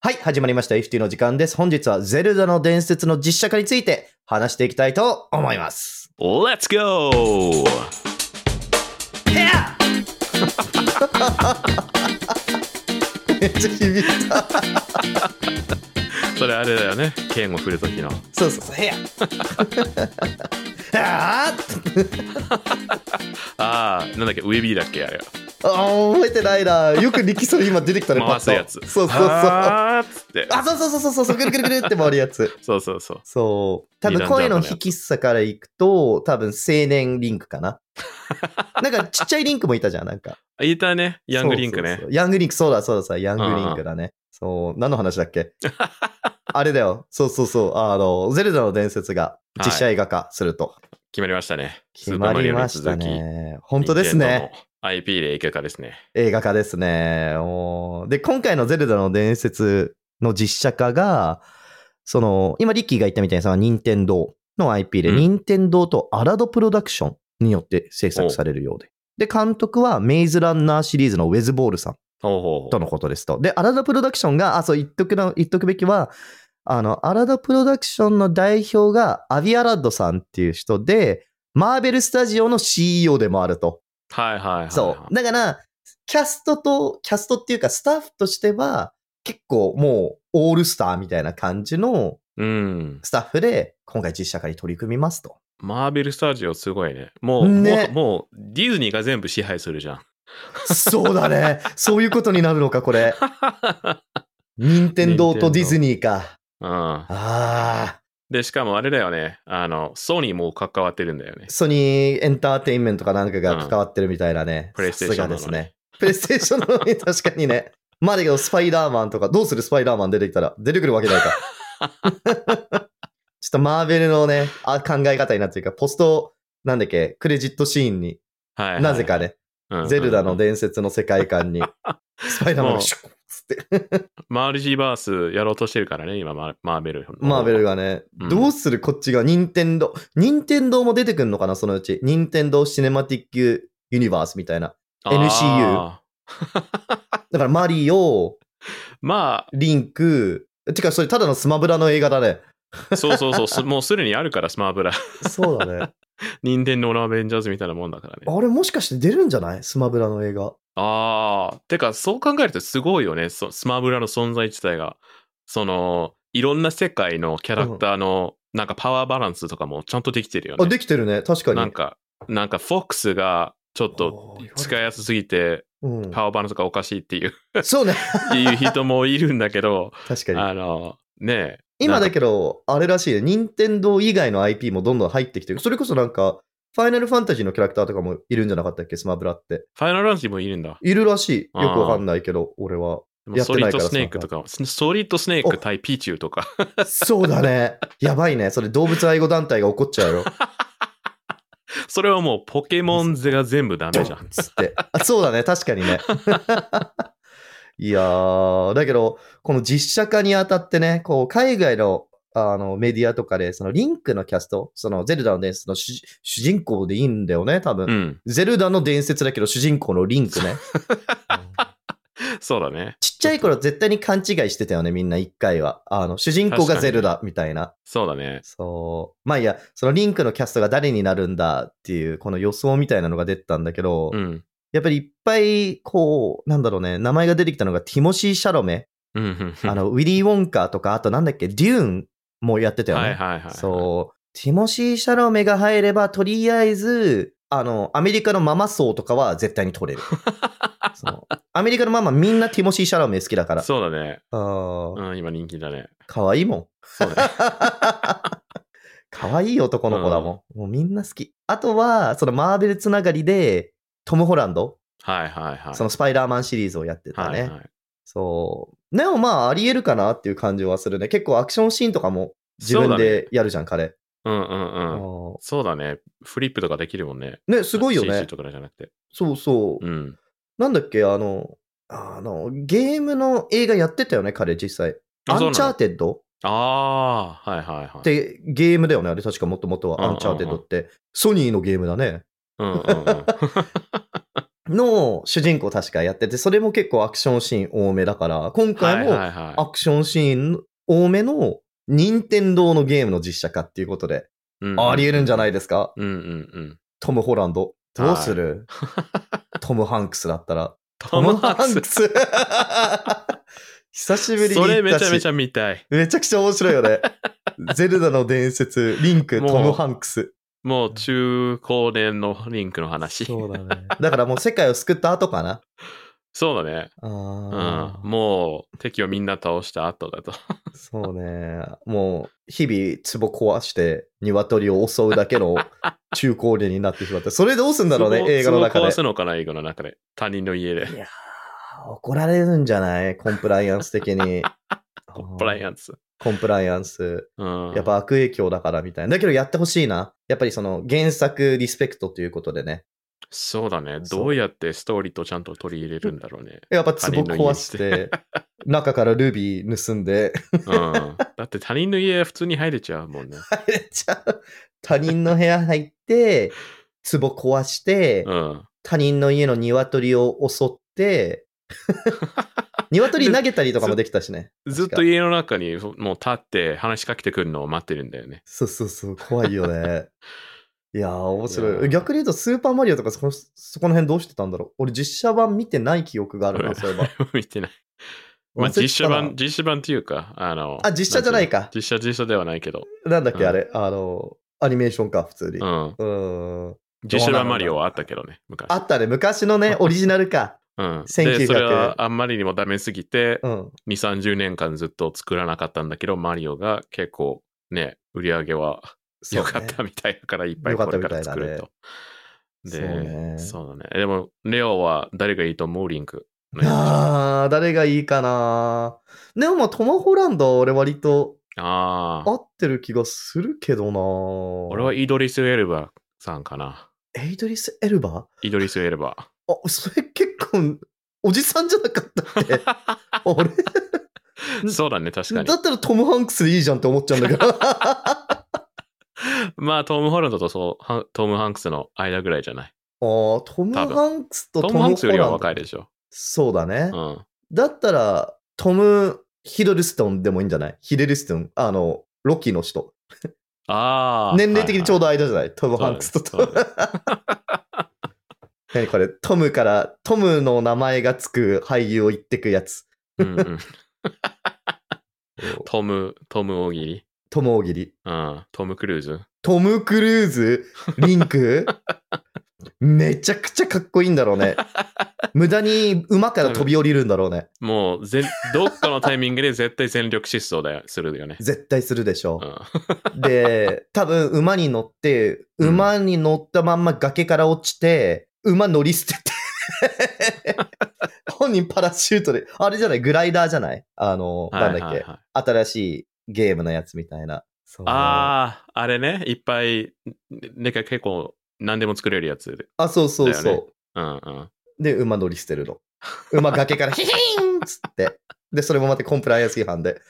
はい、始まりました FT の時間です。本日はゼルダの伝説の実写化について話していきたいと思います。 Let's go! めっちゃ響いた。それあれだよね。剣を振るときの。そうそうそう、ヘア。あーああ、なんだっけ、ウェビーだっけ、あれは。あー覚えてないな。よく力それ今出てきたね、回すパッとやつ。そうそうそう。あ、あーっつって。そうそうそうそうそうそう、くるくるくるって回るやつ。そうそうそう。そう。多分声の引きさからいくと、多分青年リンクかな。なんかちっちゃいリンクもいたじゃん、なんか。あいたね。ヤングリンクそうそねう。そうヤングリンク、そうだそうだそうだ、ヤングリンクだね。そう、何の話だっ けあれだよ。そうそうそう。あの、ゼルダの伝説が実写映画化すると。決まりましたね。決まりましたスーパーマリオに続き。ね。本当ですね。。 IP で映画化ですね。映画化ですね。おーで、今回のゼルダの伝説の実写化が、その、今リッキーが言ったみたいに、その任天堂の IP で、うん任天堂とアラドプロダクションによって制作されるようで。で、監督はメイズランナーシリーズのウェズボールさんほうほうほう。とのことですと。で、アラダプロダクションが、あ、そう、言っとくの、言っとくべきは、あの、アラダプロダクションの代表がアビアラッドさんっていう人で、マーベルスタジオの CEO でもあると。はいはいはいはい。そう。だから、キャストと、キャストっていうかスタッフとしては、結構もうオールスターみたいな感じのう。うん。スタッフで、今回実写化に取り組みますと。マーベルスタジオすごいね。もう、ねもうもう、ディズニーが全部支配するじゃん。そうだ ね。そういうことになるのか、これ。任天堂とディズニーか。うん。ああ。で、しかもあれだよね。あの、ソニーも関わってるんだよね。ソニーエンターテインメントかなんかが関わってるみたいなね。プレイステーションなのさにすがですね。プレイステーションなのに確かにね。まあだけど、スパイダーマンとか、どうするスパイダーマン出てきたら、出てくるわけないか。 ちょっとマーベルのね、あ考え方になってるから、ポスト、なんだっけ、クレジットシーンに、はい、なぜかね、うん、ゼルダので。伝説の世界観 に、スパイダーマンもがうシュッつって、マルチバースやろうとしてるからね、今、ママーベル。マーベル。がね、うんどうするこっちが、任天堂任天堂も出てくんのかな、そのうち。任天堂シネマティックユニバースみたいな。あだからマリオ、ーまリンク、てかそれただのスマブラの映画だね。あ、そうそうそ うす、もうすでにあるから、スマブラ。そうだ ね。任天堂のアベンジャーズみたいなもんだからね。あれもしかして出るんじゃないスマブラの映画。ああ、てか、そう考えるとすごいよね、そスマブラの存在自体が。その、いろんな世界のキャラクターの、なんかパワーバランスとかもちゃんとできてるよね。あ、できてるね。確かに。なんか、なんか、フォックスが、ちょっと、おー、使いやすすぎて、うんパワーバランスがおかしいっていう、そうね。っていう人もいるんだけ ど、確かに。あの、ねえ。今なんだかけど、あれらしいね。任天堂以外の IP もどんどん入ってきてる。それこそなんか、ファイナルファンタジーのキャラクターとかもいるんじゃなかったっけスマブラって。ファイナルランチもいるんだ。いるらしい。よくわかんないけど、俺 は。でもやってソリないッかドらスネークとか、スソリッドスネーおク対ピーチューとか。 そうだね。やばいね。それ動物愛護団体が怒っちゃうよ。それはもうポケモンゼが全部ダメじゃん。つって。あそうだね、確かにね。 いやー、だけど、この実写化にあたってね、こう、海外の、あの、メディアとかで、そのリンクのキャスト、そのゼルダの伝説の主主人公でいいんだよね、多分。うん。ゼルダの伝説だけど主人公のリンク ね。そうだね。ちっちゃい頃絶対に勘違いしてたよね、みんな一回は。あの、主人公がゼルダみたいな。そうだね。そう。まあいいや、そのリンクのキャストが誰になるんだっていう、この予想みたいなのが出てたんだけど、うん。やっぱりいっぱい、こう、なんだろうね、名前が出てきたのがティモシー・シャロメ、うんうん。あの、ウィリー・ウォンカーとか、あとなんだっけ、デューンもやってたよね。はいはいはい。そう。ティモシー・シャロメが入れば、とりあえず、あの、アメリカのママ層とかは絶対に取 れる。そうアメリカのママみんなティモシー・シャロメ好きだから。そうだね。あーうん、今人気だね。かわいいもん。そ うだね。かわいい男の子だもん。もうみんな好き。あとは、そのマーベルつながりで、トム・ホランド、はいはいはい。そのスパイダーマンシリーズをやってたね。はいはい。そう。でもまあ、ありえるかなっていう感じはするね。結構アクションシーンとかも自そ分うだねでやるじゃん、彼。うんうんうん。あそうだね。フリップとかできるもんね。ーね、すごいよ CG ね。とかじゃなくて。そうそう。うん。なんだっけ、あの、あの、ゲームの映画やってたよね、彼、実際。アあそうなのンチャーテッドああ、はいはいはっい。てゲームだよね、あれ確かもともとうんうは。アんう んンチャーテッドって。ソニーのゲームだね。うんうんうん。の主人公確かやってて、それも結構アクションシーン多めだから、今回もいはアクションシーン多めの任天堂のゲームの実写化っていうことで、うんありえるんじゃないですかうんうんうん。トム・ホランド。どうする、 トム・ハンクスだったら。トム・ハンクス。トムハンクス 久しぶりにそれ行っめたしちゃめちゃ見たい。めちゃくちゃ面白いよ ね。ゼルダの伝説、リンク、もうトム・ハンクス。もう中高年のリンクの話。そうそうだね。だからもう世界を救った後かな。だね。うん。あーもう敵をみんな倒した後だと。そうね。もう日々壺壊して鶏を襲うだけの中高年になってしまった。それどうすんだろうね、壺映画の中壺で壊。すのかな、映画の中で。他人の家で。いやー怒られるんじゃないコンプライアンス的に。 コンプライアンス。ンス。コンプライアンス。うん。やっぱ悪影響だからみたいな。だけどやってほしいな。やっぱりその原作リスペクトということでね。そうだね。そうどうやってストーリーとちゃんと取り入れるんだろうね。やっぱ壺壊して、中からルビー盗んで、うん。だって他人の家普通に入れちゃうもんね。入れちゃう。他人の部屋入って、壺壊して、うん。他人の家の鶏を襲 って、鶏投げたりとかもできたしね。ずっと家の中にもう立って話しかけてくるのを待ってるんだよね。そうそうそう、怖いよ ね。いやー、面い白やーい。逆に言うと、スーパーマリオとかそこそこの辺どうしてたんだろう。俺、実写版見てない記憶があるな、そういえば。見てない。 まあ忘れてたな実写版、実写版っていうか、あの。あ実写じゃないかんてうの実写、実写ではないけど。なんだっけ、あれ、あの、アニメーションか、普通に。うう。んーん。実写版マリオはあったけどね、昔。あったね、昔の ね、オリジナルか。うん。 1900で、それはあんまりにもダメすぎて、うん。 2、30年間ずっと作らなかったんだけど、マリオが結構ね、売り上げはそう良ねかったみたいだから、いっぱい良かっこたれみかたいらだ作ねると。そうねで、そうだね。でも、レオは誰がいいと思うリンク。ああー、誰がいいかなでもまあ、トマホランドは俺割とあー。合ってる気がするけどな俺はイドリス・エルバさんかな。エイドリス・エルバイドリス・エ ルバ。あ、それ結構、おじさんじゃなかったっ け俺そうだね、確かにだ。ったらトム・ハンクスでいいじゃんって思っちゃうんだけ ど。あまあ、トム・ホランドとそうハントム・ハンクスの間ぐらいじゃない。ートム・多分ハンクスとトトム・ホラム・ハンンクスよりは若いドでしょ。そうだね。うん。だったら、トム・ヒドルストンでもいいんじゃないヒデルストン、あの、ロッキーの人。ああ。年齢的にちょうど。ど間じゃない、トム・ハンクスと そうトだム。何これトムから、トムの名前がつく俳優を言ってくやつ。うんうんトム、トム・大喜利。トム・大喜利。うん。トム・クルーズ。トム・クルーズ、リンク、めちゃくちゃかっこいいんだろう ね。無駄に馬から飛び降りるんだろうね。も う全、どっかのタイミングで絶対全力疾走だよ、するよね。絶対するでしょうう。ん。で、多分馬に乗って、うん馬に乗ったまんま崖から落ちて、馬乗り捨てて。本人パラシュートで、あれじゃない、グライダーじゃないあの、はい なんだっはいけ、はい。新しいゲームのやつみたいな。そうああ、あれね、いっぱい、ね、結構、何でも作れるやつで。あ、そうそうだそう。よねうんうん。で、馬乗り捨てるの。馬崖 からヒヒーンっつって。で、それもまたコンプライアンス違反で。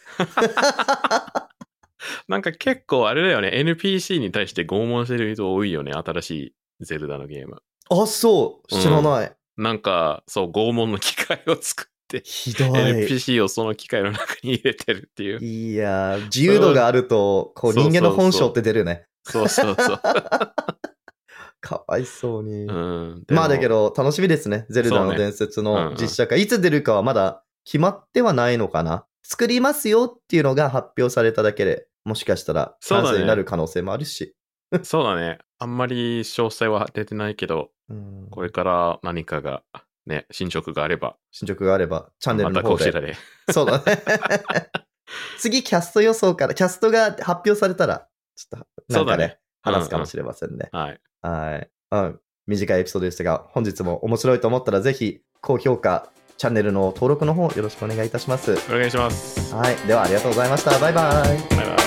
なんか結構あれだよね、NPC に対して拷問してる人多いよね、新しいゼルダのゲーム。あ、そう。知らない。なんか、そう、拷問の機械を作って、ひどい。 NPC をその機械の中に入れてるっていう。いやー、自由度があると、こう、そ人うそう間の本性って出るね。そうそ うそう。かわいそうに。うん。まあだけど、ど、楽しみですね。ゼルダそうのね伝説うんうのん実写化。いつ出るかはまだ決まってはないのかな。作りますよっていうのが発表されただけで、もしかしたらそう完だね成になる可能性もあるし。そうだね。あんまり詳細は出てないけど、うんこれから何かが、ね、進捗があれば、進捗があれば、チャンネルのまた方こでちらで。そうだね。次、キャスト予想から、キャストが発表されたら、ちょっと、なんかね、そうだね話すかもしれませんね。はい。はい、うん。短いエピソードでしたが、本日も面白いと思ったら、ぜひ、高評価、チャンネルの登録の方、よろしくお願いいたします。お願いします。はい。では、ありがとうございました。バイバイ。バイバイ。